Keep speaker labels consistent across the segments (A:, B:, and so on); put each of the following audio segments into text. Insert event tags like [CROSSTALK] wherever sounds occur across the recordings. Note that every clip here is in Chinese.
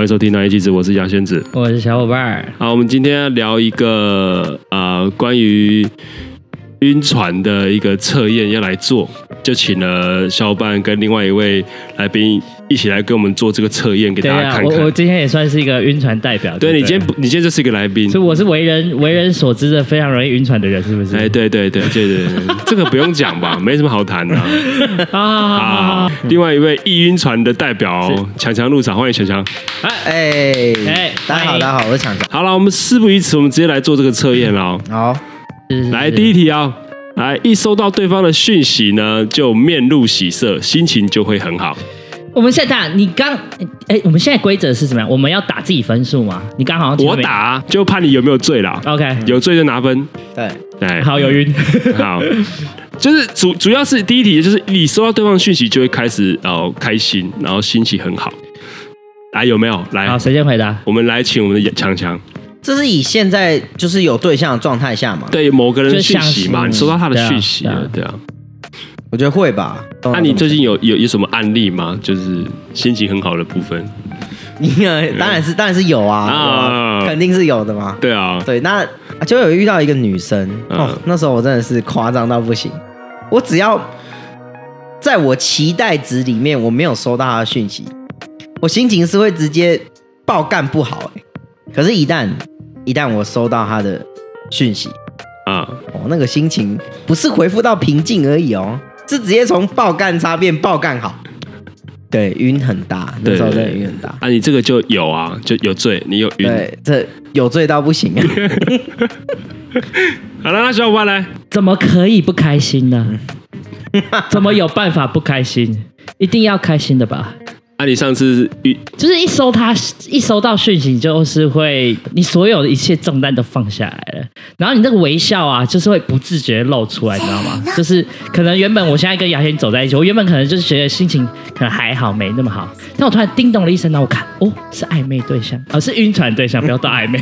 A: 迎收听《南一记者》，我是杨宣子。
B: 我是小伙伴儿。
A: 好，我们今天要聊一个呃关于晕船的一个测验要来做，就请了小伙伴跟另外一位来宾一起来跟我们做这个测验，给
B: 对
A: 大家
B: 啊，
A: 看
B: 我我
A: 看。
B: 今天也算是一个晕船代表。
A: 对
B: 不
A: 你今天不，你今天就是一个来宾。
B: 所以我是为人为人所知的非常容易晕船的人，是不是？
A: 哎，对对对对对，对这个不用讲
B: [LAUGHS]
A: 吧，没什么好谈的、啊。
B: 啊，好好好
A: 另外一位易晕船的代表强强入场，欢迎强强。
C: 哎、
B: 哎
C: 大家
B: 欢
C: 好，
B: 迎
C: 大家好，我是强强。
A: 好了，我们事不宜迟，我们直接来做这个测验了哦。
C: 好，
B: 是
A: 来，第一题啊、来一收到对方的讯息呢，就面露喜色，心情就会很好。
B: 我们现在打你刚，哎，我们现在规则是什么样？我们要打自己分数吗？你刚好像前
A: 我
B: 面
A: 打、就判你有没有罪啦，
B: OK，
A: 有罪就拿分。
C: 对，
A: 哎，
B: 好有晕，
A: 好，就是主主要是第一题，就是你收到对方讯息就会开始哦开心，然后心情很好。来，有没有？来
B: 好，，谁先回答？
A: 我们来请我们的强强，
C: 这是以现在就是有对象的状态下嘛？
A: 对某个人的
B: 就
A: 讯
B: 像
A: 息
B: 是
A: 嘛，你收到他的
B: 对啊
A: 讯息
B: 对啊啊
A: 了，对啊。
C: 我觉得会吧。
A: 那你最近有有有什么案例吗？就是心情很好的部分？
C: 你呃当然是当然是有啊，
A: 啊
C: 有啊肯定是有的嘛。
A: 对啊，
C: 对，那啊就有遇到一个女生，
A: 嗯
C: 哦，那时候我真的是夸张到不行，我只要在我期待值里面我没有收到她的讯息，我心情是会直接爆干不好哎、可是，一旦一旦我收到她的讯息，
A: 啊，
C: 哦，那个心情不是回复到平静而已哦，是直接从爆干差变爆干好。对，晕很大，那时候真的晕很大。
A: 啊，你这个就有啊，就有罪，你有晕。
C: 对，这有罪到不行 [LAUGHS] 啊！
A: 好了，那小伙伴来，
B: 怎么可以不开
A: [LAUGHS]
B: 心呢？怎么有办法不开心？一定要开心的吧？
A: 啊，你上次晕，
B: 就是一收他一收到讯息，你就是会你所有的一切重担都放下来了，然后你那个微笑啊，就是会不自觉露出来，你知道吗？就是可能原本我现在跟雅轩走在一起，我原本可能就是觉得心情可能还好，没那么好，但我突然叮咚了一声，然后我看哦，是暧昧对象，而、是晕船对象，不要到暧昧，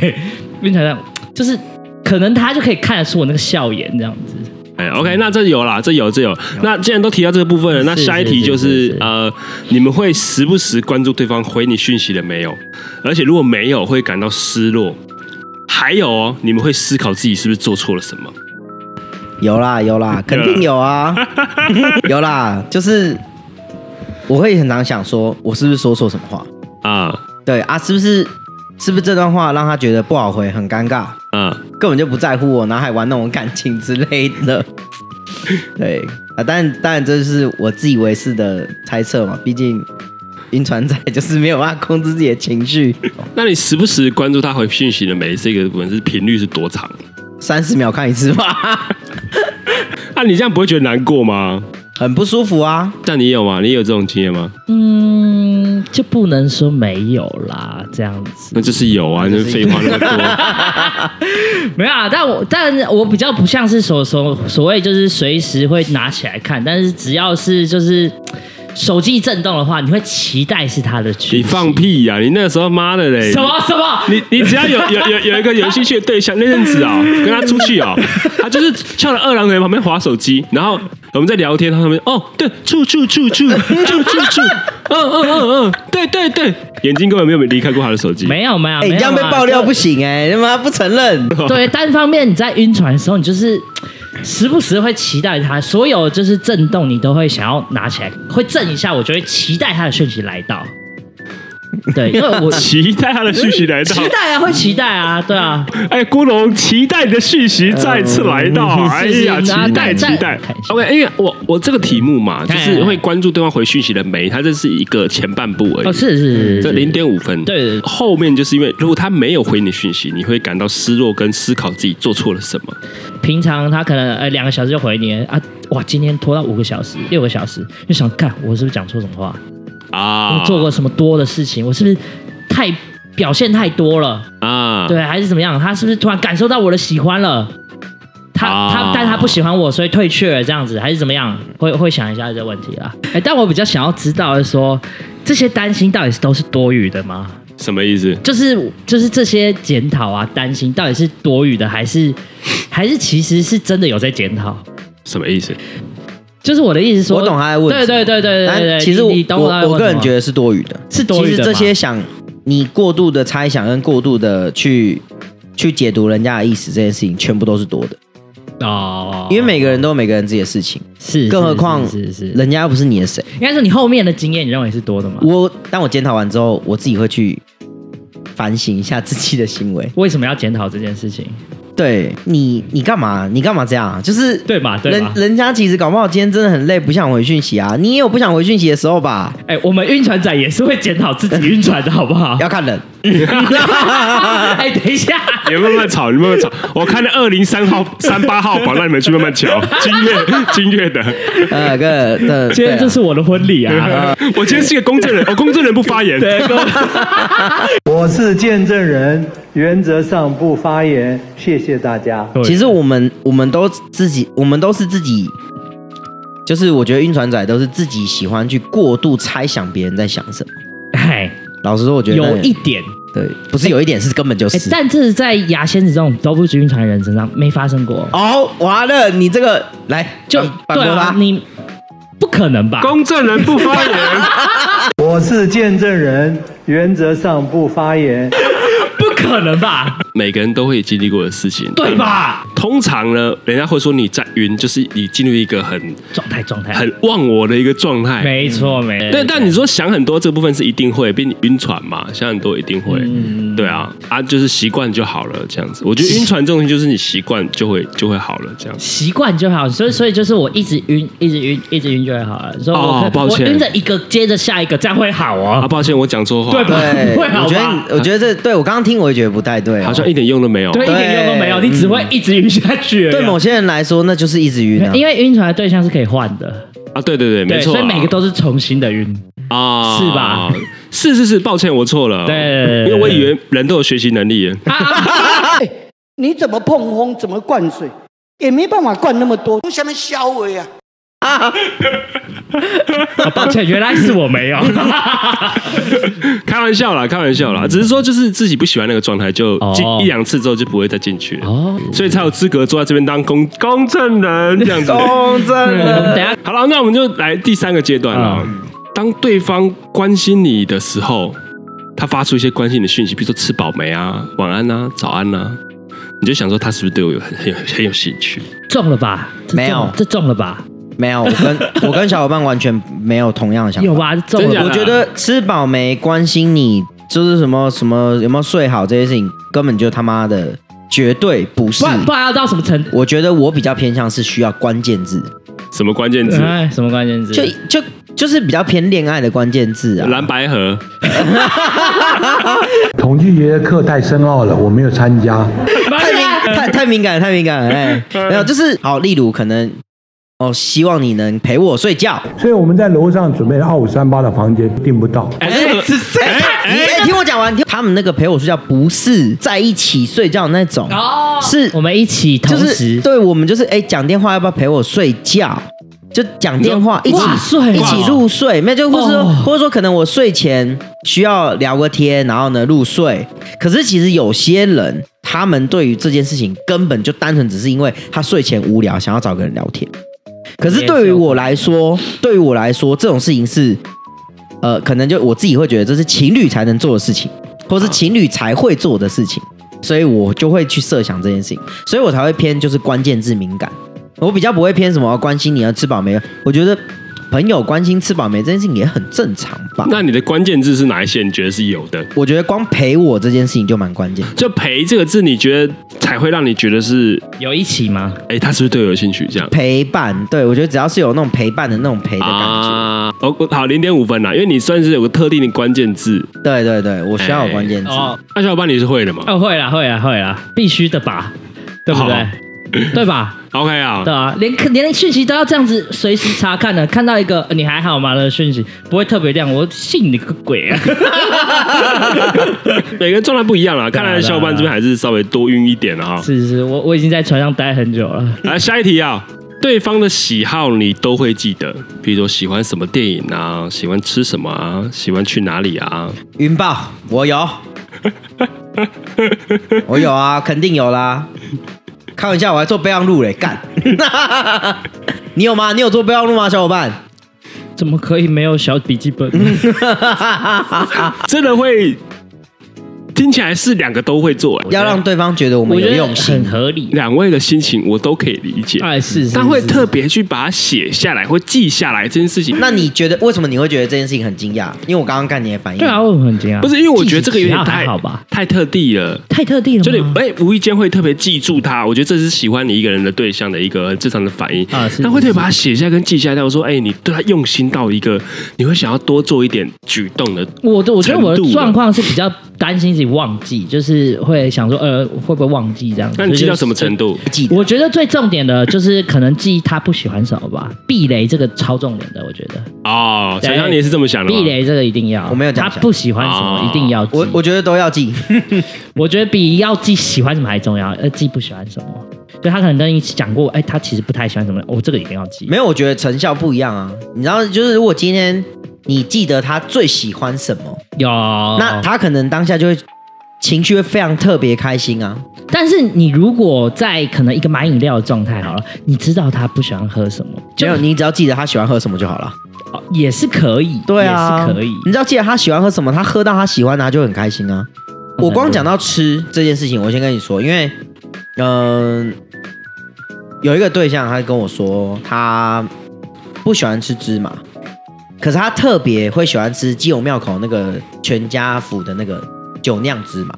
B: 晕船对象就是可能他就可以看得出我那个笑颜这样子。
A: 哎，OK，那这有啦，这有这有。那既然都提到这个部分了，那
B: 是
A: 下一题
B: 是
A: 就是
B: 是
A: 呃，你们会时不时关注对方回你讯息了没有？而且如果没有，会感到失落。还有哦，你们会思考自己是不是做错了什么？
C: 有啦有啦，肯定有啊， [LAUGHS] 有啦，就是我会很常想说，我是不是说错什么话？
A: 啊
C: 对啊，是不是是不是这段话让他觉得不好回，很尴尬，
A: 啊，
C: 根本就不在乎我，然后还玩弄我感情之类的。
B: [LAUGHS]
C: 对啊，但当然这是我自以为是的猜测嘛，毕竟晕船仔就是没有办法控制自己的情绪，
A: 那你时不时关注他回讯息了没？这个部分是频率是多长？
C: 三十秒看一次吧， [LAUGHS]
A: 啊，你这样不会觉得难过吗？
C: 很不舒服啊。
A: 但你有吗？你有这种经验吗？
B: 嗯，就不能说没有啦，这样子。
A: 那就是有啊，那废话那么多。
B: 没有啊，但我但我比较不像是所所所谓就是随时会拿起来看，但是只要是就是手机震动的话，你会期待是他的
A: 你
B: 讯息
A: 放屁呀、你那个时候妈的嘞！
B: 什么什么？
A: 你你只要有有有有一个有兴趣的对象，那阵子
B: [LAUGHS]
A: 啊、跟他出去啊、他就是翘着二郎腿旁边划手机，然后我们在聊天，他旁边哦，对，处处处处处处处，嗯嗯嗯嗯，对对对，眼睛根本没有离开过他的手机。
B: 没有没有，
C: 哎、你
B: 没
C: 这
B: 有
C: 样被
B: 啊
C: 爆料不行哎、他妈不承认。
B: 就对，单方面你在晕船的时候，你就是时不时会期待他，所有就是震动你都会想要拿起来，会震一下，我就会期待他的讯息来到。对，因为我
A: 期待他的讯息来到
B: 期，待啊，会期待啊，对啊。
A: 哎，郭龙，期待你的讯息再次来到，哎呀，
B: 嗯是是
A: 期待
B: 那
A: 期
B: 那
A: 待
B: 开心。
A: OK，因为我我这个题目嘛，就是
B: 哎
A: 会关注对方回讯息的没，他这是一个前半部而已。
B: 哦，是是是，
A: 这零点五分。
B: 对
A: 嗯后面就是因为如果他没有回你讯息，你会感到失落跟思考自己做错了什么。
B: 平常他可能呃两个小时就回你啊，哇，今天拖到五个小时、六个小时，就想看我是不是讲错什么话，
A: 啊，
B: 我做过什么多的事情，我是不是太表现太多了，
A: 啊，
B: 对，还是怎么样？他是不是突然感受到我的喜欢了？他、
A: 啊
B: 他，但他不喜欢我，所以退却了，这样子还是怎么样？会会想一下这个问题啦。哎，但我比较想要知道的是说，这些担心到底是都是多余的吗？
A: 什么意思？
B: 就是就是这些检讨啊、担心到底是多余的，还是还是其实是真的有在检讨？
A: 什么意思？
B: 就是我的意思说，
C: 我懂他在问
B: 对对对对对对
C: 但
B: 对，
C: 其实
B: 你
C: 我
B: 你懂
C: 我
B: 他在问
C: 我个人
B: 什么
C: 觉得是多余的。
B: 是多余的
C: 其
B: 吗
C: 实这些想你过度的猜想跟过度的去去解读人家的意思，这件事情全部都是多的，
B: 哦，
C: 因为每个人都有每个人自己的事情，
B: 是，
C: 更何
B: 是
C: 况
B: 是是是
C: 人家又不是你的谁。
B: 应该说你后面的经验，你认为是多的吗？
C: 我当我检讨完之后，我自己会去反省一下自己的
B: [LAUGHS]
C: 行为。
B: 为什么要检讨这件事情？
C: 对你，你干嘛？你干嘛这样啊？就是
B: 对嘛对
C: 人
B: 嘛
C: 人家其实搞不好今天真的很累，不想回讯息啊。你也有不想回讯息的时候吧？
B: 哎、我们晕船仔也是会检讨自己晕船的好不
C: [LAUGHS]
B: 好？
C: 要看人。
B: 哎、等一下，
C: 啊
A: 你们慢慢吵，你们慢慢吵。我看了二零三号、 [LAUGHS] 三八号榜，让你们去慢慢瞧。金月，金月 [LAUGHS] 的，
B: [LAUGHS]
C: 呃，个的，
B: 今天这是我的婚礼啊！
A: 我今天是一个公证人，我、公证人不发言。
B: 对，各位
D: 我是见证人，原则上不发言，谢谢大家。
C: 对啊其实我们我们都自己，我们都是自己，就是我觉得晕船仔都是自己喜欢去过度猜想别人在想什么。
B: 哎，
C: 老实说，我觉得哎那
B: 有一点，
C: 对，不是有一点是根本就
B: 哎、
C: 是。
B: 但这是在牙仙子这种都不是晕船的人身上没发生过，
C: 哦，完了，你这个来
B: 就
C: 反反
B: 对
C: 驳
B: 啊
C: 吧，。
B: 你不可能吧？
A: 公证人不发言， [LAUGHS]
D: 我是见证人，原则上不发言。
B: 不可能吧？
A: 每个人都会经历过的事情，
B: 对？吧？
A: 通常呢，人家会说你在晕，就是你进入一个很
B: 状态状态，
A: 很忘我的一个状态。
B: 没错没错。
A: 对，但你说想很多这部分是一定会，毕竟晕船嘛，想很多一定会。
B: 嗯
A: 对啊，啊，就是习惯就好了，这样子。我觉得晕船这种东西就是你习惯就会就会好了，这样子。
B: 习惯就好，所以所以就是我一直晕，一直晕，一直晕就会好了。所以我、
A: 哦抱
B: 我
A: 歉
B: 晕着一个接着下一个，这样会好
A: 啊，
B: 哦。
A: 抱歉，我讲错话，
B: 对吧
C: 对，
B: 不会好吧
C: 我觉得你我觉得这对我刚刚听我也觉得不太对哦，
A: 好像一点用都没有。
B: 对，一点用都没有，你只会一直晕下去而已。
C: 对某些人来说，那就是一直晕啊。
B: 啊因为晕船的对象是可以换的，
A: 啊，对对对，
B: 对，
A: 没错啊，
B: 所以每个都是重新的晕。
A: 啊，
B: 是吧？
A: 是是是，抱歉，我错了。
B: 对对对对
A: 因为我以为人都有学习能力 [LAUGHS] 耶。
B: [LAUGHS]
E: 哎，你怎么碰风？怎么灌水？也没办法灌那么多，从下面消尾啊。
B: 啊抱歉，原来是我没有。
A: 开玩笑啦，开玩笑啦，只是说就是自己不喜欢那个状态，就
B: 嗯哦
A: 进一两次之后就不会再进去了，
B: 哦，
A: 所以才有资格坐在这边当公公证人这样子。
C: 公正
B: 我们
C: 人
B: 啊等一下
A: 好了，那我们就来第三个阶段了。
C: 啊
A: 当对方关心你的时候，他发出一些关心你的讯息，比如说吃饱没啊、晚安啊、早安啊，你就想说他是不是对我有很很有很有兴趣？
B: 中了吧？这中
C: 没有
B: 这中了吧？
C: 没有，我跟
B: [LAUGHS]
C: 我跟小伙伴完全没有同样的想法。
B: 有吧？这中
A: 真假的
B: 了吧
C: 我觉得吃饱没关心你，就是什么什么有没有睡好这些事情，根本就他妈的绝对不是
B: 不。然不然要到什么程度？
C: 我觉得我比较偏向是需要关键字，
A: 什么关键字？
C: 嗯
B: 哎，什么关键字？
C: 就就就是比较偏恋爱的关键字啊。
A: 蓝白河。
F: 统计学的课太深奥了，我没有参加。
B: 啊
C: 太
A: [LAUGHS]
C: 敏太太敏感了，太敏感了，哎，
A: 嗯
C: 没有，就是好，例如可能哦，希望你能陪我睡觉。
F: 所以我们在楼上准备了二五三八的房间，订不到。
A: 哎、这个哎
C: 你
A: 哎，
C: 哎，听我讲完，听他们那个陪我睡觉不是在一起睡觉那种，
B: 哦，
C: 是
B: 我们一起同
C: 就是
B: 时
C: 对我们就是哎讲电话要不要陪我睡觉？就讲电话一起
B: 哇睡
C: 一起入睡，没有就或者说、
B: 哦
C: 或者说可能我睡前需要聊个天，然后呢入睡。可是其实有些人他们对于这件事情根本就单纯只是因为他睡前无聊，想要找个人聊天。可是对于我来说，对于我来说这种事情是呃，可能就我自己会觉得这是情侣才能做的事情，或
B: 啊
C: 是情侣才会做的事情，所以我就会去设想这件事情，所以我才会偏就是关键字敏感，我比较不会偏什么关心你要啊吃饱没，我觉得朋友关心吃饱没这件事情也很正常吧。
A: 那你的关键字是哪一些？你觉得是有的？
C: 我觉得光陪我这件事情就蛮关键，
A: 就陪这个字，你觉得才会让你觉得是，
B: 有一起吗？
A: 哎、他是不是对我有兴趣？这样
C: 陪伴，对我觉得只要是有那种陪伴的那种陪的感觉，
A: 啊，哦，我好，零点五分啦，啊因为你算是有个特定的关键字。
C: 对对对，我需要有关键字，
B: 哦
A: 那小伙伴你是会的嘛
C: 啊
B: 哦，会啦会啦会啦，必须的吧？对不 [LAUGHS] 对？对吧？
A: ？OK 啊
B: 对，啊，连连讯息都要这样子随时查看的，看到一个呃你还好吗的讯息，不会特别亮，我信你个鬼啊！ [LAUGHS]
A: 每个人状态不一样啦，
B: 啊
A: 看来小伙伴这边还是稍微多晕一点了哈。
B: 是是，我我已经在船上待很久了。
A: 来，下一题啊，对方的喜好你都会记得，比如说喜欢什么电影啊，喜欢吃什么啊，喜欢去哪里啊。
C: 云豹我有，我有啊，肯定有啦。开玩笑，我还做备忘录嘞，干！ [LAUGHS] 你有吗？你有做备忘录吗，小伙伴？
A: [LAUGHS]
B: 怎么可以没有小笔记本？
A: 真的会听起来是两个都会做、哎
C: 要让对方觉得我们
B: 我
C: 有
B: 觉
C: 用
B: 得
C: 心
B: 很。合理。
A: 两位的心情我都可以理解，
B: 哎，是，是
A: 但会
B: 是
A: 特别去把它写下来或记下来这件事情。
C: 那你觉得为什么你会觉得这件事情很惊讶？因为我刚刚看你的反应，
B: 对啊，我很惊讶，
A: 不是因为我觉得这个有点
B: 记起来
A: 太
B: 还好吧，
A: 太特地了。
B: 太特地了吗，
A: 就你哎、无意间会特别记住他，我觉得这是喜欢你一个人的对象的一个很正常的反应
B: 啊是
A: 但会特别
B: 是
A: 把它写下跟记下来，我说，哎、你对他用心到一个，你会想要多做一点举动的。
B: 我的我觉得我
A: 程度啊
B: 的
A: 了
B: 状况是比较担心自己忘记，就是会想说，呃，会不会忘记这样子？
A: 那你记到
B: 就是
A: 什么程度？
C: 记得
B: 我觉得最重点的就是可能记忆他不喜欢什么吧，避雷这个超重点的，我觉得
A: 哦，
B: 对
A: 想当你也是这么想的吗
B: 避？雷这个一定要，
C: 我没有这样
B: 他
C: 想
B: 不喜欢什么
A: 哦
B: 一定要记，
C: 我我觉得都要记。 [LAUGHS]
B: 我觉得比要记喜欢什么还重要，呃，记不喜欢什么，对他可能跟你讲过，哎，他其实不太喜欢什么，哦我、这个一定要记，
C: 没有，我觉得成效不一样啊。你知道，就是如果今天你记得他最喜欢什么，
B: 有
C: 那他可能当下就会情绪会非常特别开心啊。
B: 但是你如果在可能一个买饮料的状态好了，你知道他不喜欢喝什么，
C: 没
B: 就
C: 有，你只要记得他喜欢喝什么就好了。
B: 哦也是可以，
C: 对啊，
B: 也是可以。
C: 你只要记得他喜欢喝什么，他喝到他喜欢的、他就很开心啊。我光讲到吃这件事情，我先跟你说，因为，嗯、有一个对象，他跟我说他不喜欢吃芝麻，可是他特别会喜欢吃基隆庙口那个全家福的那个酒酿芝麻。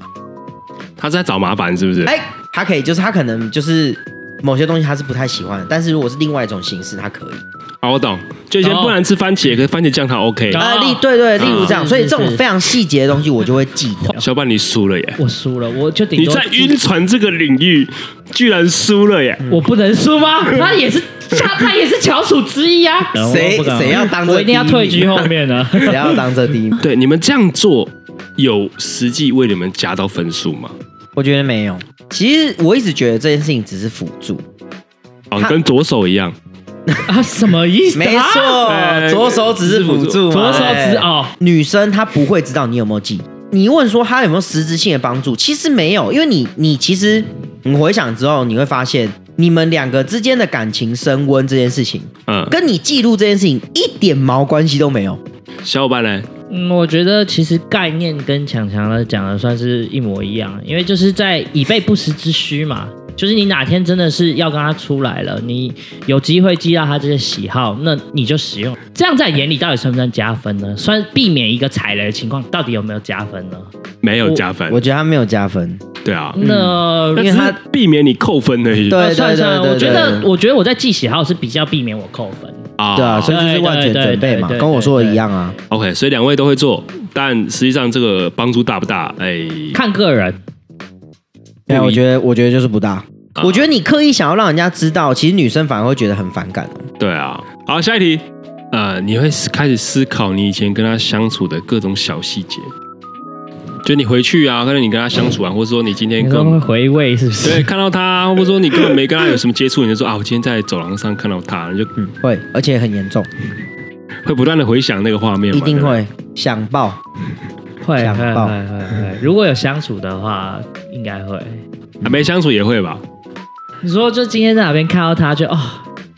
A: 他是在找麻烦是不是？
C: 哎、他可以，就是他可能就是某些东西他是不太喜欢的，但是如果是另外一种形式，他可以。
A: 哦，我懂，就以前
B: 懂
A: 不能吃番茄，可是番茄酱它 OK。
B: 懂
C: 呃，
B: 哦
C: 例对对，例如这样，
B: 是
C: 所以
B: 是
C: 这种
B: 是
C: 非常细节的东西，我就会记得。
A: 小伴，你输了耶！
B: 我输了，我就顶
A: 你
B: 多
A: 在晕船这个领域居然输了耶！
B: 我不能输吗？
A: 嗯
B: 他也是他他也是翘楚之一啊。
C: [LAUGHS] 谁
B: 我不敢
C: 谁要当这
B: 我一定要
C: 第一
B: 退
C: 名
B: 居后面啊
C: [LAUGHS]
B: 呢？
C: 谁要当这第一
B: [LAUGHS]
C: 名？
A: 对，你们这样做有实际为你们加到分数吗？
C: 我觉得没有。其实我一直觉得这件事情只是辅助，
A: 哦，
C: 他
A: 跟左手一样，
B: 啊，什么意思？
C: 没
B: 啊
C: 错
A: 哎，
C: 左手只是辅助嘛，
B: 左手只
C: 哎
B: 哦，
C: 女生她不会知道你有没有记。你问说她有没有实质性的帮助，其实没有，因为你你其实你回想之后，你会发现你们两个之间的感情升温这件事情，
A: 嗯，
C: 跟你记录这件事情一点毛关系都没有。
A: 小伙伴呢？
B: 嗯，我觉得其实概念跟强强的讲的算是一模一样，因为就是在以备不时之需嘛。就是你哪天真的是要跟他出来了，你有机会记到他这些喜好，那你就使用。这样在眼里到底算不算加分呢？算避免一个踩雷的情况，到底有没有加分呢？
A: 没有加
B: 哎
A: 分
C: 我，觉得她没有加分，
A: 对啊，
B: 那
A: 那
C: 因
A: 只
C: 为嗯他
A: 是避免你扣分而已。
C: 对
B: 呃算算，
C: 对
B: 我觉
C: 对
B: 得
C: 对
B: 我觉得我在记喜好是比较避免我扣分。
A: 啊
C: 对啊，所以就
B: 哦
C: 是
B: 对
C: 万全
B: 对
C: 准备嘛，
B: 对对
C: 跟我说的一样啊。
A: OK，所以两位都会做，但实际上这个帮助大不大？哎，
B: 看个人，
C: 对啊，
A: 不一
C: 我觉得我觉得就是不大。
A: 啊
C: 我觉得你刻意想要让人家知道，其实女生反而会觉得很反感哦。
A: 对啊。好，下一题，呃，你会思开始思考你以前跟他相处的各种小细节，就你回去啊，或者你跟他相
C: 嗯
A: 处啊，或者说你今天
B: 你
A: 跟
B: 说会回味是不是？
A: 对，看到他，或者说你根本没跟他有什么接触，你就说啊，我今天在走廊上看到他，你就
C: 会，而且很严重，
A: 会不断的回想那个画面嘛，
C: 一定
A: 对不对。
C: 会想爆。
B: 会
C: 想
B: 会会
C: 爆
B: 会会，如果有相处的话，应该会。
A: 还啊没相处也会吧？
B: 你说就今天在哪边看到她，就哦，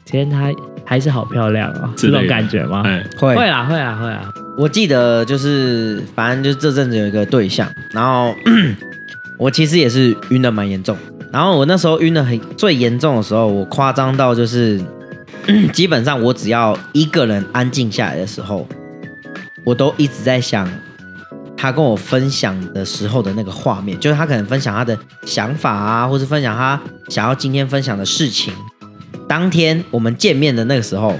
B: 今天她还是好漂亮哦，
A: 之
B: 这
A: 类的
B: 种感觉
C: 啊
B: 吗？
A: 哎，
C: 会，
B: 会啦会啦会啦，
C: 我记得就是，反正就是这阵子有一个对象，然后 [CLEARS THROAT] 我其实也是晕的蛮严重，然后我那时候晕的很最严重的时候，我夸张到就是 [CLEARS THROAT] 基本上我只要一个人安静下来的时候，我都一直在想他跟我分享的时候的那个画面，就是他可能分享他的想法啊，或是分享他想要今天分享的事情。当天我们见面的那个时候，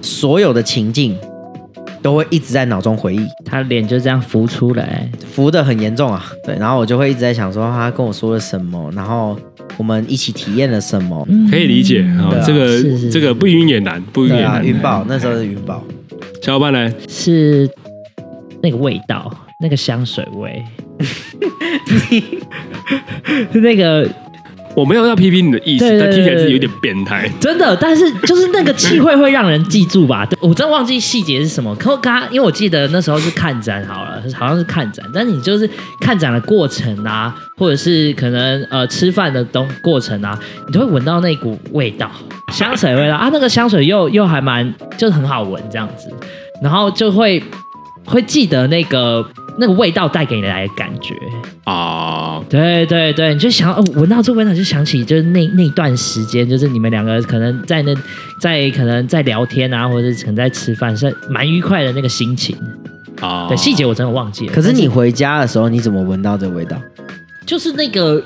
C: 所有的情境都会一直在脑中回忆，
B: 她脸就这样浮出来，
C: 浮的很严重啊。对，然后我就会一直在想说他跟我说了什么，然后我们一起体验了什么。
A: 可以理解啊
C: 对啊，
A: 这个
B: 嗯是是
A: 这个不晕也难，不晕
C: 对
A: 也
C: 啊，
A: 难。
C: 云豹那时候是云豹，
A: 小伙伴呢？
B: 是那个味道，那个香水
A: [LAUGHS]
B: 味， [LAUGHS] 是那个
A: 我没有要批评你的意思，
B: 对对
A: 但听起来
B: 对
A: 是
B: 对
A: 有点变态。
B: 真的，但是就是那个气会会让人记住吧。对我真忘记细节是什么，可我刚刚因为我记得那时候是看展好了，好像是看展，但是你就是看展的过程啊，或者是可能呃吃饭的东过程啊，你都会闻到那股味道，香水味道啊，那个香水又又还蛮就是很好闻这样子，然后就会会记得那个那个味道带给你来的感觉。
A: 啊，
B: 对对对，你就想哦，闻到这味道就想起就是那那一段时间，就是你们两个可能在那在可能在聊天啊，或者是可能在吃饭，是蛮愉快的那个心情。
C: 哦
A: 啊，
B: 对，细节我真的忘记了。
C: 可是
B: 但
C: 你回家的时候，你怎么闻到这味道？
B: 就是那个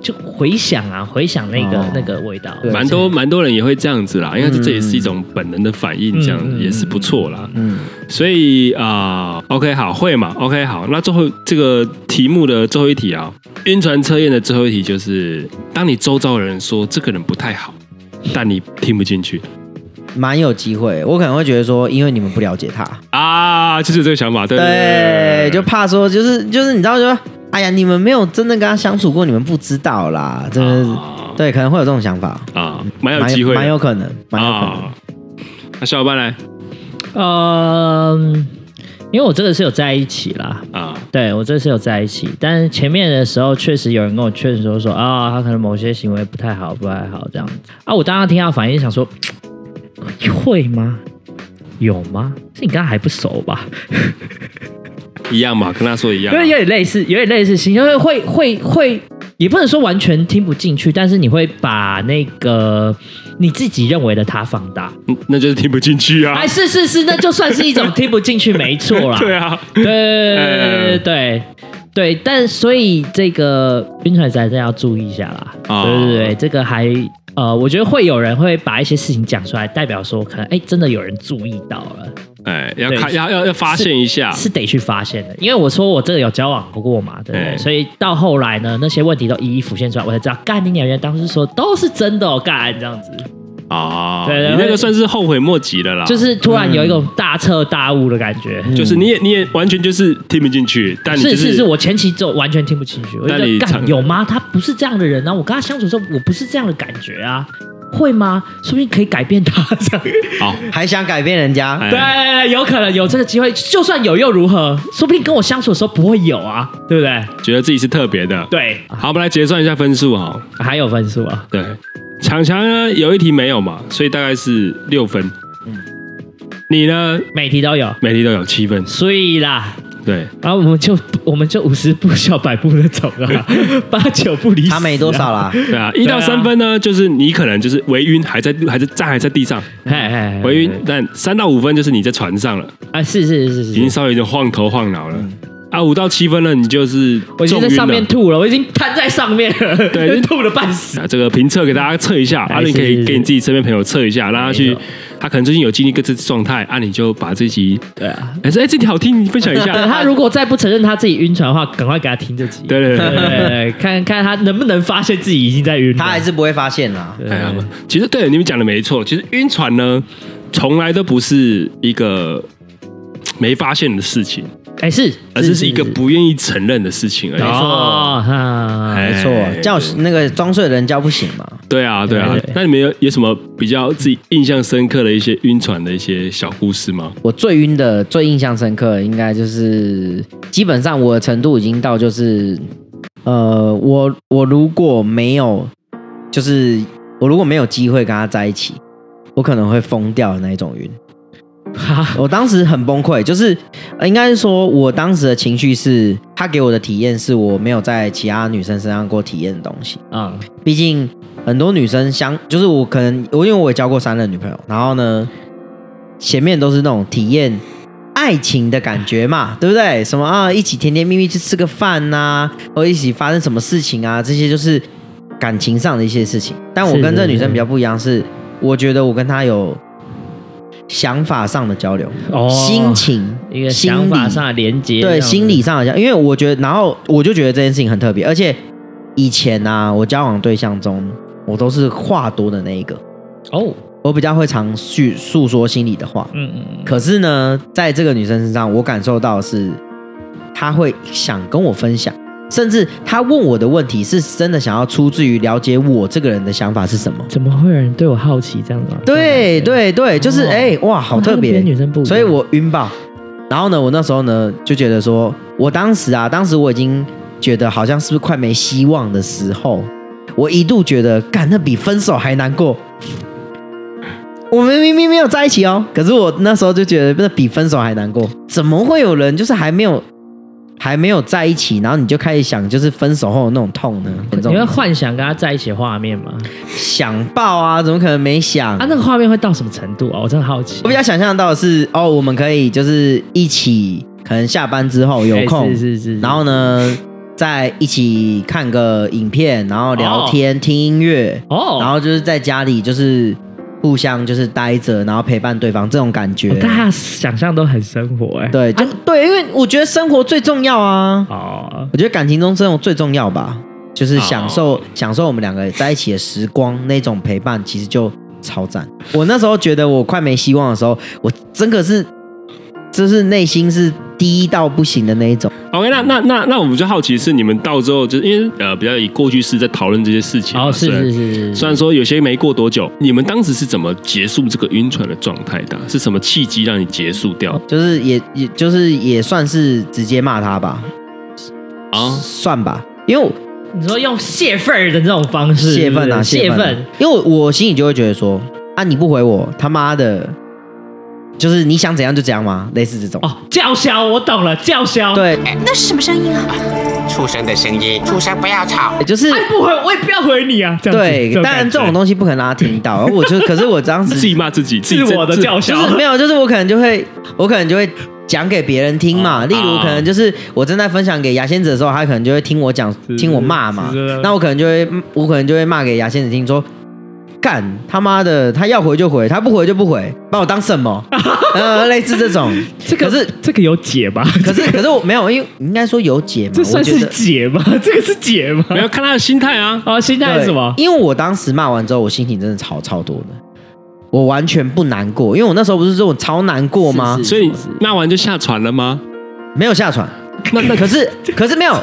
B: 就回想啊，回想那个、
C: 哦
B: 那个味道，
C: 对
A: 蛮多蛮多人也会这样子啦，因为这这也是一种本能的反应，这样
B: 嗯嗯嗯
A: 也是不错啦。
C: 嗯，
A: 所以啊、o k 好，会嘛？OK，好，那最后这个题目的最后一题啊，晕船测验的最后一题就是，当你周遭的人说这个人不太好，但你听不进去
C: 蛮有机会。我可能会觉得说，因为你们不了解他，
A: 啊，就是有这个想法，对
C: 对，就怕说就是就是你知道就说，哎呀，你们没有真正跟他相处过，你们不知道啦，真的是、
A: 啊
C: 对，可能会有这种想法，
A: 啊，蛮有机会的，
C: 蛮有可能，蛮有可能。
A: 啊。那小伙伴来
B: 嗯，因为我这个是有在一起啦，
A: 啊，
B: 对我这次有在一起，但是前面的时候确实有人跟我劝说说啊、他可能某些行为不太好，不太好这样子啊。我当时听到反应想说，嘖会吗？有吗？是你跟他还不熟吧？
A: 一样嘛，跟他说一样啊
B: 因
A: 嘛，
B: 为有点类似，有点类似心，就是会会会，也不能说完全听不进去，但是你会把那个你自己认为的他放大。
A: 嗯那就是听不进去啊
B: 哎，。是是是，那就算是一种听不进去，没错啦。
A: [LAUGHS] 对啊， [LAUGHS] 嗯
B: 对对对对，但所以这个晕船仔真的要注意一下啦。
A: 哦
B: 对对对，这个还呃，我觉得会有人会把一些事情讲出来，代表说可能哎，真的有人注意到了，
A: 哎，要
B: 对
A: 看要要要发
B: 是
A: 现一下，
B: 是得去发现的。因为我说我这个有交往过嘛，对不对？
A: 嗯
B: 所以到后来呢，那些问题都一一浮现出来，我才知道，干你娘，原来当时说都是真的哦，干这样子，
A: 啊，
B: 对对
A: 你那
B: 会
A: 个算是后悔莫及了啦，
B: 就是突然有一
A: 嗯
B: 种大彻大悟的感觉。
A: 就是你也你也完全就是听不进去，但你就是
B: 是是，我前期就完全听不进去，我就
A: 但
B: 觉得
A: 你
B: 干
A: 常
B: 有吗？他不是这样的人啊，我跟他相处的时候，我不是这样的感觉啊，会吗？说不定可以改变他这样。
A: 好，
C: 还想改变人家，
A: 哦哎
B: [LAUGHS] 对，有可能有这个机会，就算有又如何？说不定跟我相处的时候不会有啊，对不对？
A: 觉得自己是特别的。
B: 对，
A: 好，我们来结算一下分数哈。
B: 还有分数啊，
A: 对，强强呢有一题没有嘛，所以大概是六分。
B: 嗯
A: 你呢
B: 每题都有，
A: 每题都有七分。
B: 所以啦，
A: 对，
B: 然后我们就我们就五十步笑百步那种啊，八九不离十啊、
C: 他没多少啦。
A: 对啊，一到三分呢，就是你可能就是微晕，还在还在站还在地上
B: 嘿，嘿嘿，
A: 微晕。但三到五分就是你在船上了，
B: 啊，是是是是
A: 已
B: 是
A: 经。稍微有点晃头晃脑了。啊，五到七分呢，你就是
B: 嗯我已经
A: 重
B: 在
A: 晕
B: 上面
A: 了。
B: 吐了，我已经瘫在上面了，
A: 对
B: [LAUGHS] 吐了半死。
A: 啊，这个评测给大家测一下，
B: 哎
A: 啊，你
B: 是
A: 可
B: 是
A: 以给
B: 是
A: 你自己身边朋友测一下，让他
B: 没
A: 去
B: 错，
A: 他可能最近有经历过这次状态，啊，你就把这集，
B: 对啊，
A: 哎，说哎，这集好听，你分享一
B: [LAUGHS]
A: 下。
B: 对他如果再不承认他自己晕船的话，赶快给他听这集。
A: 对对
B: 对
A: 对
B: 对对，看看他能不能发现自己已经在晕了。
C: 他还是不会发现啦，
B: 对
A: 哎呀，其实对你们讲的没错，其实晕船呢，从来都不是一个没发现的事情，
B: 哎是，
A: 而是是一个不愿意承认的事情而已。
B: 哦哈，
A: 哎
C: 没错，叫那个装睡的人叫不醒嘛。
A: 对啊，对啊
B: 对对对。
A: 那你们有有什么比较自己印象深刻的一些晕船的一些小故事吗？
C: 我最晕的、最印象深刻，应该就是基本上我的程度已经到就是，呃，我我如果没有，就是我如果没有机会跟他在一起，我可能会疯掉的那一种晕。
B: 哈
C: 我当时很崩溃，就是呃应该是说我当时的情绪是，他给我的体验是我没有在其他女生身上过体验的东西。
B: 嗯，
C: 毕竟很多女生相，就是我可能我因为我也交过三任女朋友，然后呢，前面都是那种体验爱情的感觉嘛，对不对？什么啊，一起甜甜蜜蜜去吃个饭呐、或一起发生什么事情啊，这些就是感情上的一些事情。但我
B: 是
C: 跟这
B: 是
C: 女生
B: 是
C: 比较不一样是，我觉得我跟她有想法上的交流，
B: 哦
C: 心情、
B: 一个
C: 心
B: 想法
C: 理
B: 上的连接，这
C: 对，
B: 样子
C: 心理上好像，因为我觉得，然后我就觉得这件事情很特别，而且以前啊，我交往对象中，我都是话多的那一个，
B: 哦，
C: 我比较会常叙诉说心里的话。
B: 嗯嗯
C: 可是呢，在这个女生身上，我感受到的是，她会想跟我分享，甚至她问我的问题是真的想要出自于了解我这个人的想法是什么。
B: 怎么会有人对我好奇这样子啊？
C: 对对对，就是
B: 哦
C: 哎、哇，好特别。
B: 跟女生不一样，
C: 所以我晕爆。然后呢，我那时候呢就觉得说，我当时啊，当时我已经觉得好像是不是快没希望的时候，我一度觉得，干那比分手还难过。我们明明没有在一起哦，可是我那时候就觉得那比分手还难过。怎么会有人就是还没有 [LAUGHS] 还没有在一起，然后你就开始想，就是分手后的那种痛 [LAUGHS] 呢？很重
B: 你会幻想跟他在一起的画面吗？
C: 想爆啊，怎么可能没想？
B: 啊，那个画面会到什么程度啊？我真的好奇
C: 我。比较想象到的是，哦，我们可以就是一起，可能下班之后有空，
B: 哎是是是
C: 然后呢，再一起看个影片，然后聊天、听音乐，
B: 哦
C: 然后就是在家里就是互相就是待着，然后陪伴对方这种感觉。
B: 哦大家想象都很生活哎、
C: 对，就、对，因为我觉得生活最重要啊，
B: 哦，
C: 我觉得感情中生活最重要吧，就是享受、
B: 哦
C: 享受我们两个在一起的时光，那种陪伴其实就超赞。我那时候觉得我快没希望的时候，我真的是就是内心是低到不行的那一种。
A: OK，那那那那我们就好奇是你们到之后，就是因为呃比较以过去式在讨论这些事情嘛。
B: 哦，是
A: 虽然
B: 是是
A: 虽
B: 是，
A: 然说有些没过多久，你们当时是怎么结束这个晕船的状态的啊？是什么契机让你结束掉
C: 就是也也就是也算是直接骂他吧，
B: 哦
A: 啊？
C: 算吧，因为我
B: 你说用泄愤儿的这种方式，
C: 泄愤啊，
B: 是不是
C: 泄
B: 泄
C: 愤啊、
B: 愤，
C: 因为我我心里就会觉得说，啊你不回我，他妈的，就是你想怎样就怎样嘛，类似这种。
B: 哦，叫嚣，我懂了，叫嚣，，
C: 对，
G: 那是什么声音啊？
H: 畜生的声音，畜生不要吵。
C: 就是
B: 爱哎不回我也不要回你啊，这样子
C: 对，当然这种
B: 西
C: 东西不可能让他听到，我
B: [LAUGHS]
C: 就可是我当时
A: 啊自己骂自己，自己
B: 自我的叫嚣
C: 就， [LAUGHS] 是没有，就是我可能就会，我可能就会讲给别人听
B: 啊
C: 嘛。例如，可能就是我正在分享给牙仙子的时候，他可能就会听我讲，听我骂嘛
B: 是是是。
C: 那我可能就会，我可能就会骂给牙仙子听说。干他妈的，他要回就回，他不回就不回，把我当
B: [LAUGHS]
C: 什么？呃，类似这种。
B: 这个
C: 可是
B: 这个有解吧？
C: 可是可是我没有，因为应该说有解嘛。
B: 这算
C: 我
B: 是
C: 觉得
B: 解吗？ [LAUGHS] 这个是解吗？
A: [LAUGHS] 没有看他的心态啊。
B: 哦，心态
C: 对，
B: 是什么？
C: 因为我当时骂完之后，我心情真的超超多的，我完全不难过，因为我那时候不是说我超难过吗？
B: 是是
A: 所以你骂完就下船了吗？
C: 没有下船，那那可是 [LAUGHS] 可是没有，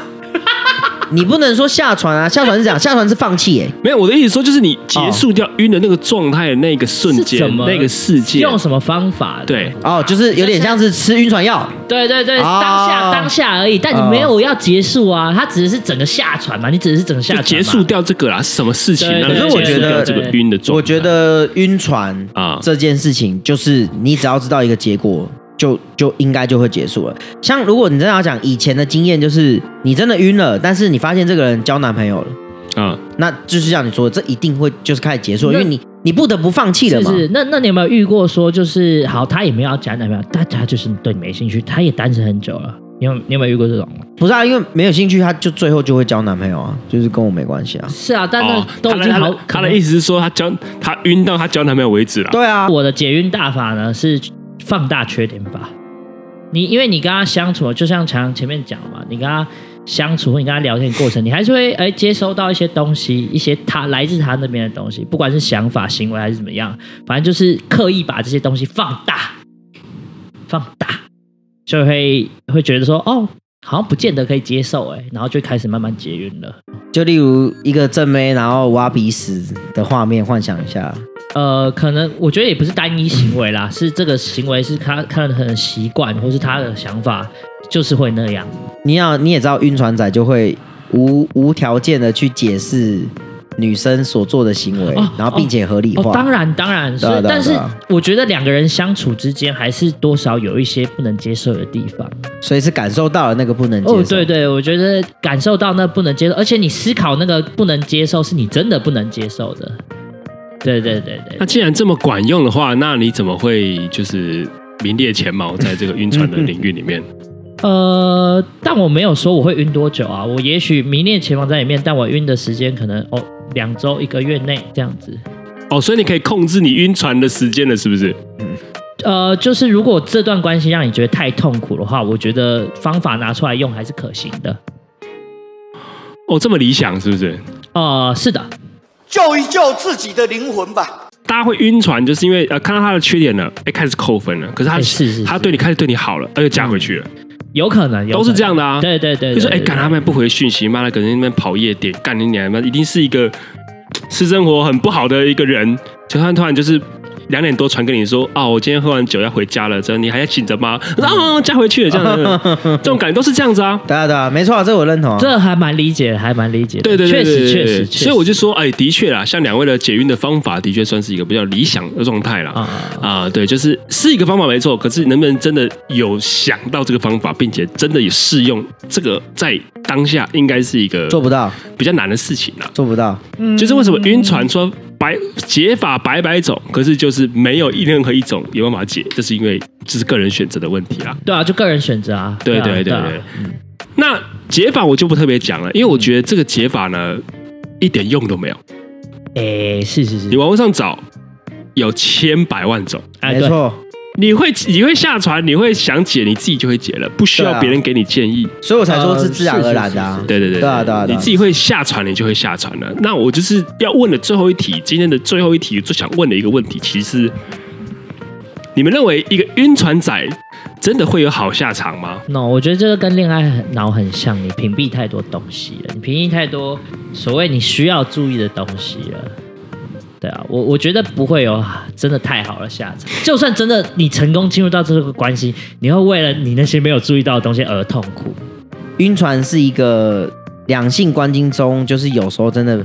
C: 你不能说下船啊，下船是这样，下船是放弃哎、
A: 没有，我的意思说就是你结束掉晕的那个状态的那个瞬
B: 是怎
A: 间，
B: 么
A: 那个世界，
B: 用什么方法？
A: 对，
C: 哦，就是有点像是吃晕船药，
B: 对对对，
C: 哦
B: 当下当下而已，但你没有要结束啊，他只是整个下船嘛，你只是整个下
A: 就
B: 船嘛
A: 结束。掉这个啦。是什么事情
B: 对
A: 让
C: 可
A: 你
C: 是
B: 对
C: 我
A: 结
C: 觉
A: 束掉
C: 得
A: 这个晕的状态？
C: 我觉得晕船
A: 啊
C: 啊这件事情，就是你只要知道一个结果。就就应该就会结束了。像如果你真的要讲以前的经验，就是你真的晕了，但是你发现这个人交男朋友了，
A: 啊，
C: 那就是像你说的，这一定会就是开始结束，因为
B: 那
C: 你你不得不放弃了
B: 是
C: 嘛。
B: 是，那那你有没有遇过说，就是好，他也没有要讲男朋友，但他就是对你没兴趣，他也单身很久了，你有你有没有遇过这种？
C: 不是啊，因为没有兴趣，他就最后就会交男朋友啊，就是跟我没关系啊。
B: 是啊，但那
A: 哦
B: 都已经
A: 他
B: 好
A: 的，他的意思是说他交他晕到他交男朋友为止啦。
C: 对啊，
B: 我的解晕大法呢是放大缺点法。你因为你跟他相处，就像强前面讲嘛，你跟他相处，你跟他聊天的过程，你还是会哎接收到一些东西，一些他来自他那边的东西，不管是想法、行为还是怎么样，反正就是刻意把这些东西放大，放大，就会会觉得说哦，好像不见得可以接受哎，然后就开始慢慢解晕了。
C: 就例如一个正妹，然后挖鼻屎的画面，幻想一下，
B: 呃，可能我觉得也不是单一行为
C: 嗯
B: 啦，是这个行为是他看很习惯，或是他的想法就是会那样。
C: 你要你也知道，晕船仔就会无无条件的去解释女生所做的行为，
B: 哦
C: 然后并且合理化。
B: 哦，当，然当然，是
C: 对啊，对啊
B: 但是
C: 对啊
B: 我觉得两个人相处之间还是多少有一些不能接受的地方。
C: 所以是感受到了那个不能接受。
B: 哦，对对，我觉得感受到那不能接受，而且你思考那个不能接受是你真的不能接受的。对对对对
A: 那，既然这么管用的话，那你怎么会就是名列前茅在这个晕船的领域里面？
C: 嗯
B: 呃，但我没有说我会晕多久啊，我也许迷恋前方在里面，但我晕的时间可能哦两周一个月内这样子。
A: 哦，所以你可以控制你晕船的时间了，是不是？
B: 呃，就是如果这段关系让你觉得太痛苦的话，我觉得方法拿出来用还是可行的。
A: 哦，这么理想是不是？
B: 呃，是的，
E: 救一救自己的灵魂吧。
A: 大家会晕船，就是因为呃看到他的缺点了，哎、开始扣分了。可是他、
B: 哎是是是
A: 他对你开始对你好了，哎、又加回去了，
B: 有可能，有可能
A: 都是这样的啊。
B: 对对对
A: 就
B: 对
A: 说哎，
B: 对
A: 干、他们不回讯息，妈的，可能那边跑夜店，干你娘妈，一定是一个嘖私生活很不好的一个人。就他突然就是两点多传给你说啊，我今天喝完酒要回家了，这样你还在醒着吗？然
B: 嗯
A: 后加回去了，这样
B: [LAUGHS]
A: 子，这种感觉都是这样子啊。
C: 对啊对啊，没错啊，这我认同啊。
B: 这还蛮理解的，还蛮理解的。
A: 对对对，
B: 确实
A: 对
B: 确
A: 对
B: 实
A: 对
B: 确实。
A: 所以我就说，哎，的确啦，像两位的解运的方法，的确算是一个比较理想的状态啦。啊对，就是是一个方法没错，可是能不能真的有想到这个方法，并且真的也适用，这个在当下应该是一个
C: 做不到，
A: 比较难的事情啦。
C: 做不到。
A: 就是为什么晕船说百解法百百种，可是就是没有一任何一种有办法解，这是因为这是个人选择的问题啦。
B: 对啊，就个人选择啊。
A: 对
B: 啊
A: 对对
B: 啊
A: 对。那解法我就不特别讲了，因为我觉得这个解法呢一点用都没有。
B: 哎，是是
A: 你
B: 是，
A: 网络上找有千百万种，
B: 哎
C: 没
B: 对
C: 错，
A: 你会你会下船，你会想解，你自己就会解了，不需
C: 对
A: 要
C: 啊
A: 别人给你建议。
C: 所以我才说是自然而然的啊。
A: 对对对
C: 对啊对啊对啊
A: 你自己会下船，你就会下船了。那我就是要问的最后一题，今天的最后一题，最想问的一个问题，其实你们认为一个晕船仔真的会有好下场吗？
B: no，我觉得这个跟恋爱很脑很像，你屏蔽太多东西了，你屏蔽太多所谓你需要注意的东西了。对啊，我我觉得不会有真的太好了下场。就算真的你成功进入到这个关系，你会为了你那些没有注意到的东西而痛苦。
C: 晕船是一个两性关系中，就是有时候真的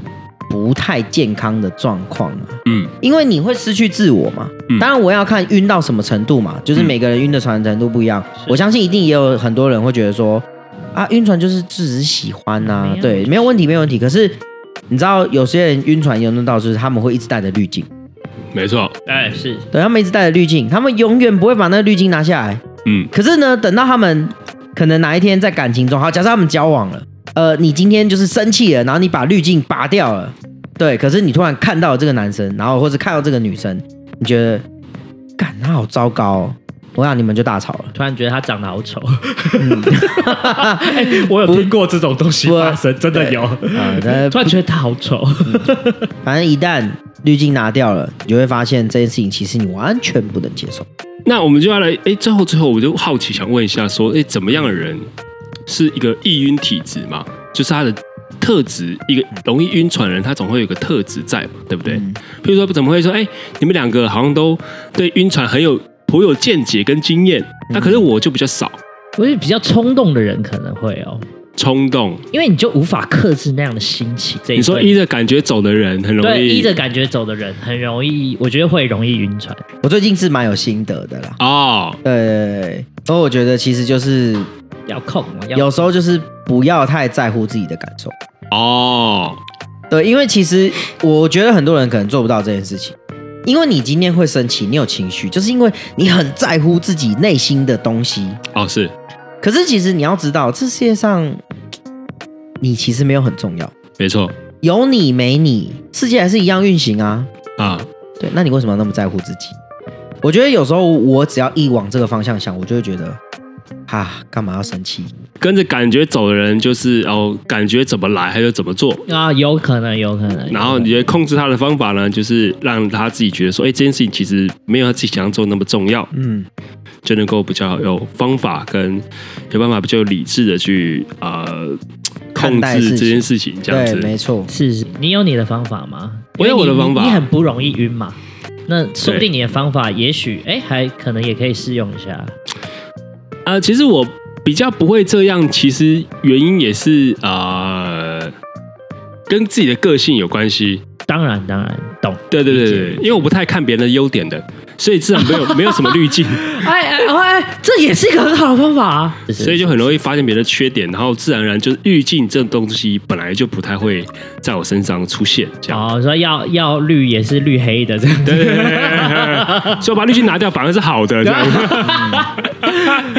C: 不太健康的状况啊。
A: 嗯，
C: 因为你会失去自我嘛。
A: 嗯
C: 当然，我要看晕到什么程度嘛，就是每个人晕的船程度不一样。我相信一定也有很多人会觉得说，啊，晕船就是只是喜欢呐、
B: 没有
C: 对，没有问题，没有问题。可是你知道，有些人晕船晕到就是他们会一直带着滤镜，
A: 没错，
B: 哎，是
C: 对他们一直带着滤镜，他们永远不会把那个滤镜拿下来。
A: 嗯
C: 可是呢，等到他们可能哪一天在感情中，好，假设他们交往了，呃，你今天就是生气了，然后你把滤镜拔掉了，对，可是你突然看到了这个男生，然后或是看到这个女生，你觉得，干，他好糟糕哦，我想你们就大吵了。
B: 突然觉得他长得好丑。
A: 嗯
B: [LAUGHS] 哎，我有
A: [LAUGHS]
B: 听过这种东西
C: 不
B: 发生，真的有。
C: 啊、呃，
B: 突然觉得他好丑。
A: 嗯
C: 反正一旦滤镜拿掉了，你就会发现这件事情其实你完全不能接受。
A: 那我们就要来，哎，最后最后我就好奇想问一下，说，哎，怎么样的人是一个易晕体质嘛？就是他的特质，一个容易晕船的人，他总会有个特质在嘛，对不对？
B: 嗯
A: 譬如说，怎么会说，哎，你们两个好像都对晕船很有颇有见解跟经验，
B: 嗯
A: 那可是我就比较少
B: 我觉得比较冲动的人可能会哦，
A: 冲动。
B: 因为你就无法克制那样的心情。这一
A: 你说
B: 份
A: 依着感觉走的人很容
B: 对
A: 易
B: 依着感觉走的人，很容易，我觉得会容易晕船。
C: 我最近是蛮有心得的啦，
A: 哦，
C: 对对对对，所以我觉得其实就是
B: 要控嘛，要
C: 有时候就是不要太在乎自己的感受。
A: 哦，
C: 对，因为其实我觉得很多人可能做不到这件事情，因为你今天会生气，你有情绪，就是因为你很在乎自己内心的东西。
A: 哦是，
C: 可是其实你要知道，这世界上你其实没有很重要，
A: 没错
C: 有你没你，世界还是一样运行啊。
A: 啊，
C: 对，那你为什么要那么在乎自己？我觉得有时候我只要一往这个方向想，我就会觉得，啊，干嘛要生气？
A: 跟着感觉走的人就是哦，感觉怎么来他就怎么做，
B: 啊，有可能，有可能。
A: 然后你觉得控制他的方法呢，就是让他自己觉得说，哎、这件事情其实没有他自己想象中那么重要，
C: 嗯，
A: 就能够比较有方法跟有办法比较有理智的去呃
C: 看
A: 控
C: 待
A: 制
C: 事情
A: 这件事情，这样
C: 对，没
A: 子。
C: 错，
B: 是是，你有你的方法吗？
A: 我有
B: 因为你
A: 我的方法
B: 你你很不容易晕嘛。那说不定你的方法，也许哎，还可能也可以试用一下。
A: 呃，其实我比较不会这样，其实原因也是呃跟自己的个性有关系。
B: 当然，当然，懂。
A: 对对对
B: 理解
A: 对，因为我不太看别人的优点的，所以自然没有没有什么滤
C: [LAUGHS]
A: 镜，
B: 哎哎哎哎，这也是一个很好的方法啊。
A: 所以就很容易发现别人的缺点，然后自然而然就是滤镜这东西本来就不太会在我身上出现，这样。
B: 哦，说要要绿也是绿黑的这样子。
A: 对对对对对 [LAUGHS] 对所以我把滤镜拿掉反而是好的，这样。
B: [LAUGHS]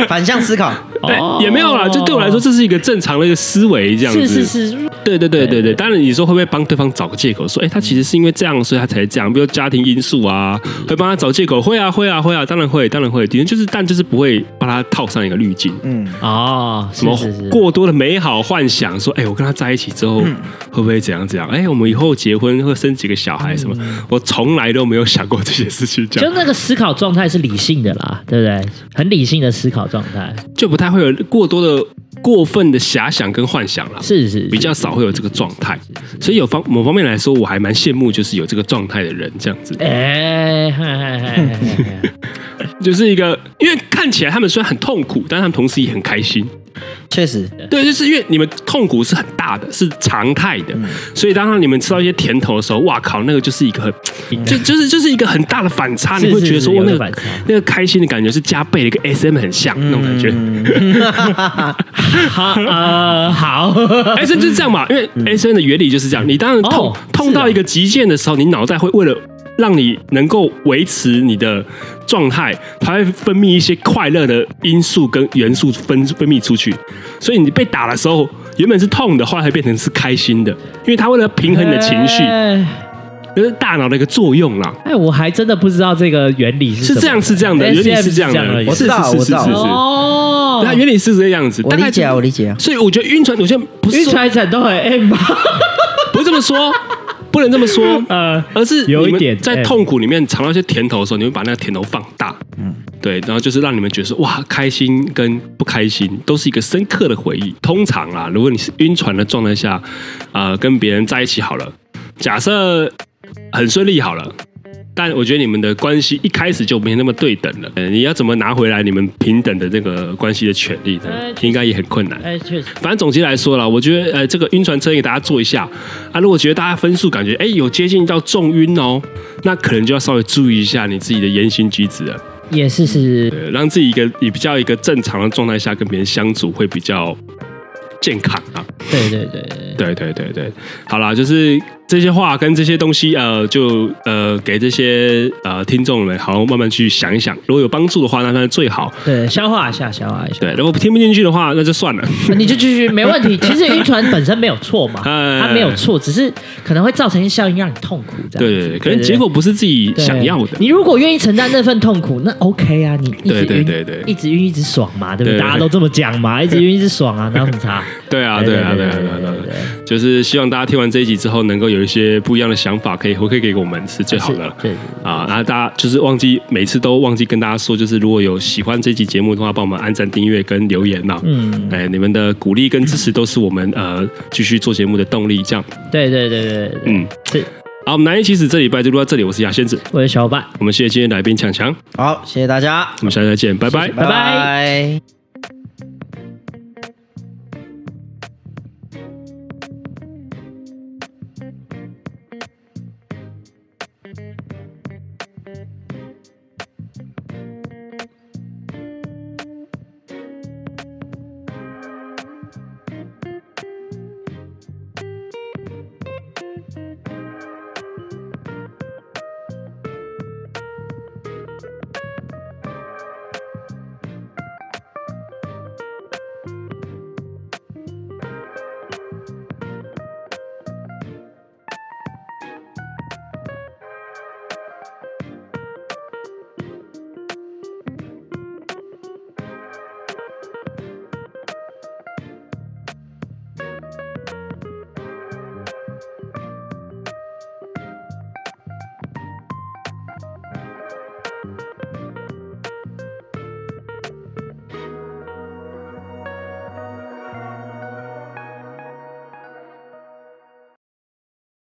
C: 反向思考，
B: 哦
A: 对，也没有啦，就对我来说这是一个正常的一个思维，这样子。
B: 是是是，
A: 对对对对对，当然你说会不会帮对方找个借口，说哎、他其实是因为这样，所以他才这样，比如家庭因素啊，会帮他找借口，会啊会啊会啊，当然会，当然会，的确就是，但就是不会帮他套上一个滤镜，
C: 嗯，
B: 哦，
A: 什
B: 是
A: 么
B: 是是，嗯
A: 过多的美好幻想，说哎、我跟他在一起之后会不会怎样怎样？哎、我们以后结婚会生几个小孩什么？
B: 嗯
A: 我从来都没有想过这些事情，这
B: 就
A: 样
B: 那个思考状态是理性的啦，对不对？很理性的思考状态，
A: 就不太会有过多的过分的遐想跟幻想啦，
B: 是是
A: 比较少会有这个状态。所以有方某方面来说，我还蛮羡慕就是有这个状态的人，这样子，
B: 哎，嗨嗨嗨嗨嗨嗨
A: 就是一个，因为看起来他们虽然很痛苦，但他们同时也很开心。
C: 确实，
A: 对，就是因为你们痛苦是很大的，是常态的，所以当你们吃到一些甜头的时候，哇靠，那个就是一个很，就就是就是一个很大的反差，
B: 是
A: 你会觉得
B: 是
A: 说，
B: 是
A: 哇，
B: 有
A: 那
B: 反
A: 个
B: 差
A: 那个开心的感觉是加倍的，跟 S M 很像那种感觉。
B: 好呃好，
A: 哎，甚至这样嘛，因为 S N 的原理就是这样，你当然痛、
B: 哦
A: 痛到一个极限的时候，你脑袋会为了让你能够维持你的状态，它会分泌一些快乐的因素跟元素分分泌出去，所以你被打的时候。原本是痛的，后来变成是开心的，因为它为了平衡你的情绪，
B: 哎，
A: 就是大脑的一个作用啦。
B: 哎我还真的不知道这个原理是
A: 是这样，是这样的，原理是这样的，
C: 我
A: 是
C: 知
A: 是
C: 道
A: 是是
C: 我知
A: 是
C: 道
A: 是，
B: 哦，
A: 它原理是这样子。
C: 我
A: 大概
C: 理解啊，
A: 就
C: 我理解啊。
A: 所以我觉得晕船，我现在不是
B: 晕
A: 说
B: 船枕都
A: [LAUGHS]
B: 很 M 吧？
A: 不是这么说，不能这么说，
B: 呃
A: 而是
B: 有一
A: 你们
B: 点
A: 在
B: 哎
A: 痛苦里面尝到一些甜头的时候，你会把那个甜头放大，嗯，对，然后就是让你们觉得说哇，开心跟不开心都是一个深刻的回忆。通常啊，如果你是晕船的状态下，啊，跟别人在一起好了，假设很顺利好了。但我觉得你们的关系一开始就没那么对等了，呃你要怎么拿回来你们平等的这个关系的权利呢
B: 哎？
A: 应该也很困难。
B: 哎，确实，
A: 反正总结来说啦，我觉得呃，这个晕船测验给大家做一下啊。如果觉得大家分数感觉哎有接近到重晕哦，那可能就要稍微注意一下你自己的言行举止了，
B: 也是是
A: 呃，让自己一个以比较一个正常的状态下跟别人相处会比较健康啊。
B: 对对对对，
A: 对对对对，好啦，就是这些话跟这些东西，呃，就呃给这些呃听众们，好好慢慢去想一想。如果有帮助的话，那当然最好。
B: 对，消化一下，消化一下，
A: 对，如果听不进去的话，那就算了。
B: 你就继续没问题。其实晕船本身没有错嘛，
A: [LAUGHS] 哎
B: 它没有错，只是可能会造成一些效应让你痛苦，这样子。
A: 对对对，可能结果不是自己
B: 对
A: 想要的。
B: 你如果愿意承担那份痛苦，那 OK 啊，你一直
A: 对
B: 晕，
A: 对对对
B: 一直晕一直爽嘛，对不
A: 对
B: 对？
A: 对
B: 大家都这么讲嘛，一直晕一直爽啊，哪有什么
A: [LAUGHS]
B: 差？
A: 对啊，对啊，对啊，对啊，对啊对啊，就是希望大家听完这一集之后，能够有一些不一样的想法，可以回馈给我们是最好的了。
B: 对，
A: 啊，然后大家就是忘记每次都忘记跟大家说，就是如果有喜欢这期节目的话，帮我们按赞、订阅跟留言呐、
B: 嗯，
A: 哎，你们的鼓励跟支持都是我们呃继续做节目的动力。这样，
B: 对对对对对，
A: 嗯，
B: 是
A: 好，我们南一起始这礼拜就录到这里，我是牙仙子，
B: 我的小伙伴。
A: 我们谢谢今天来宾强强，
C: 好，谢谢大家，
A: 我们下次再见，拜拜。
B: 拜拜
C: 拜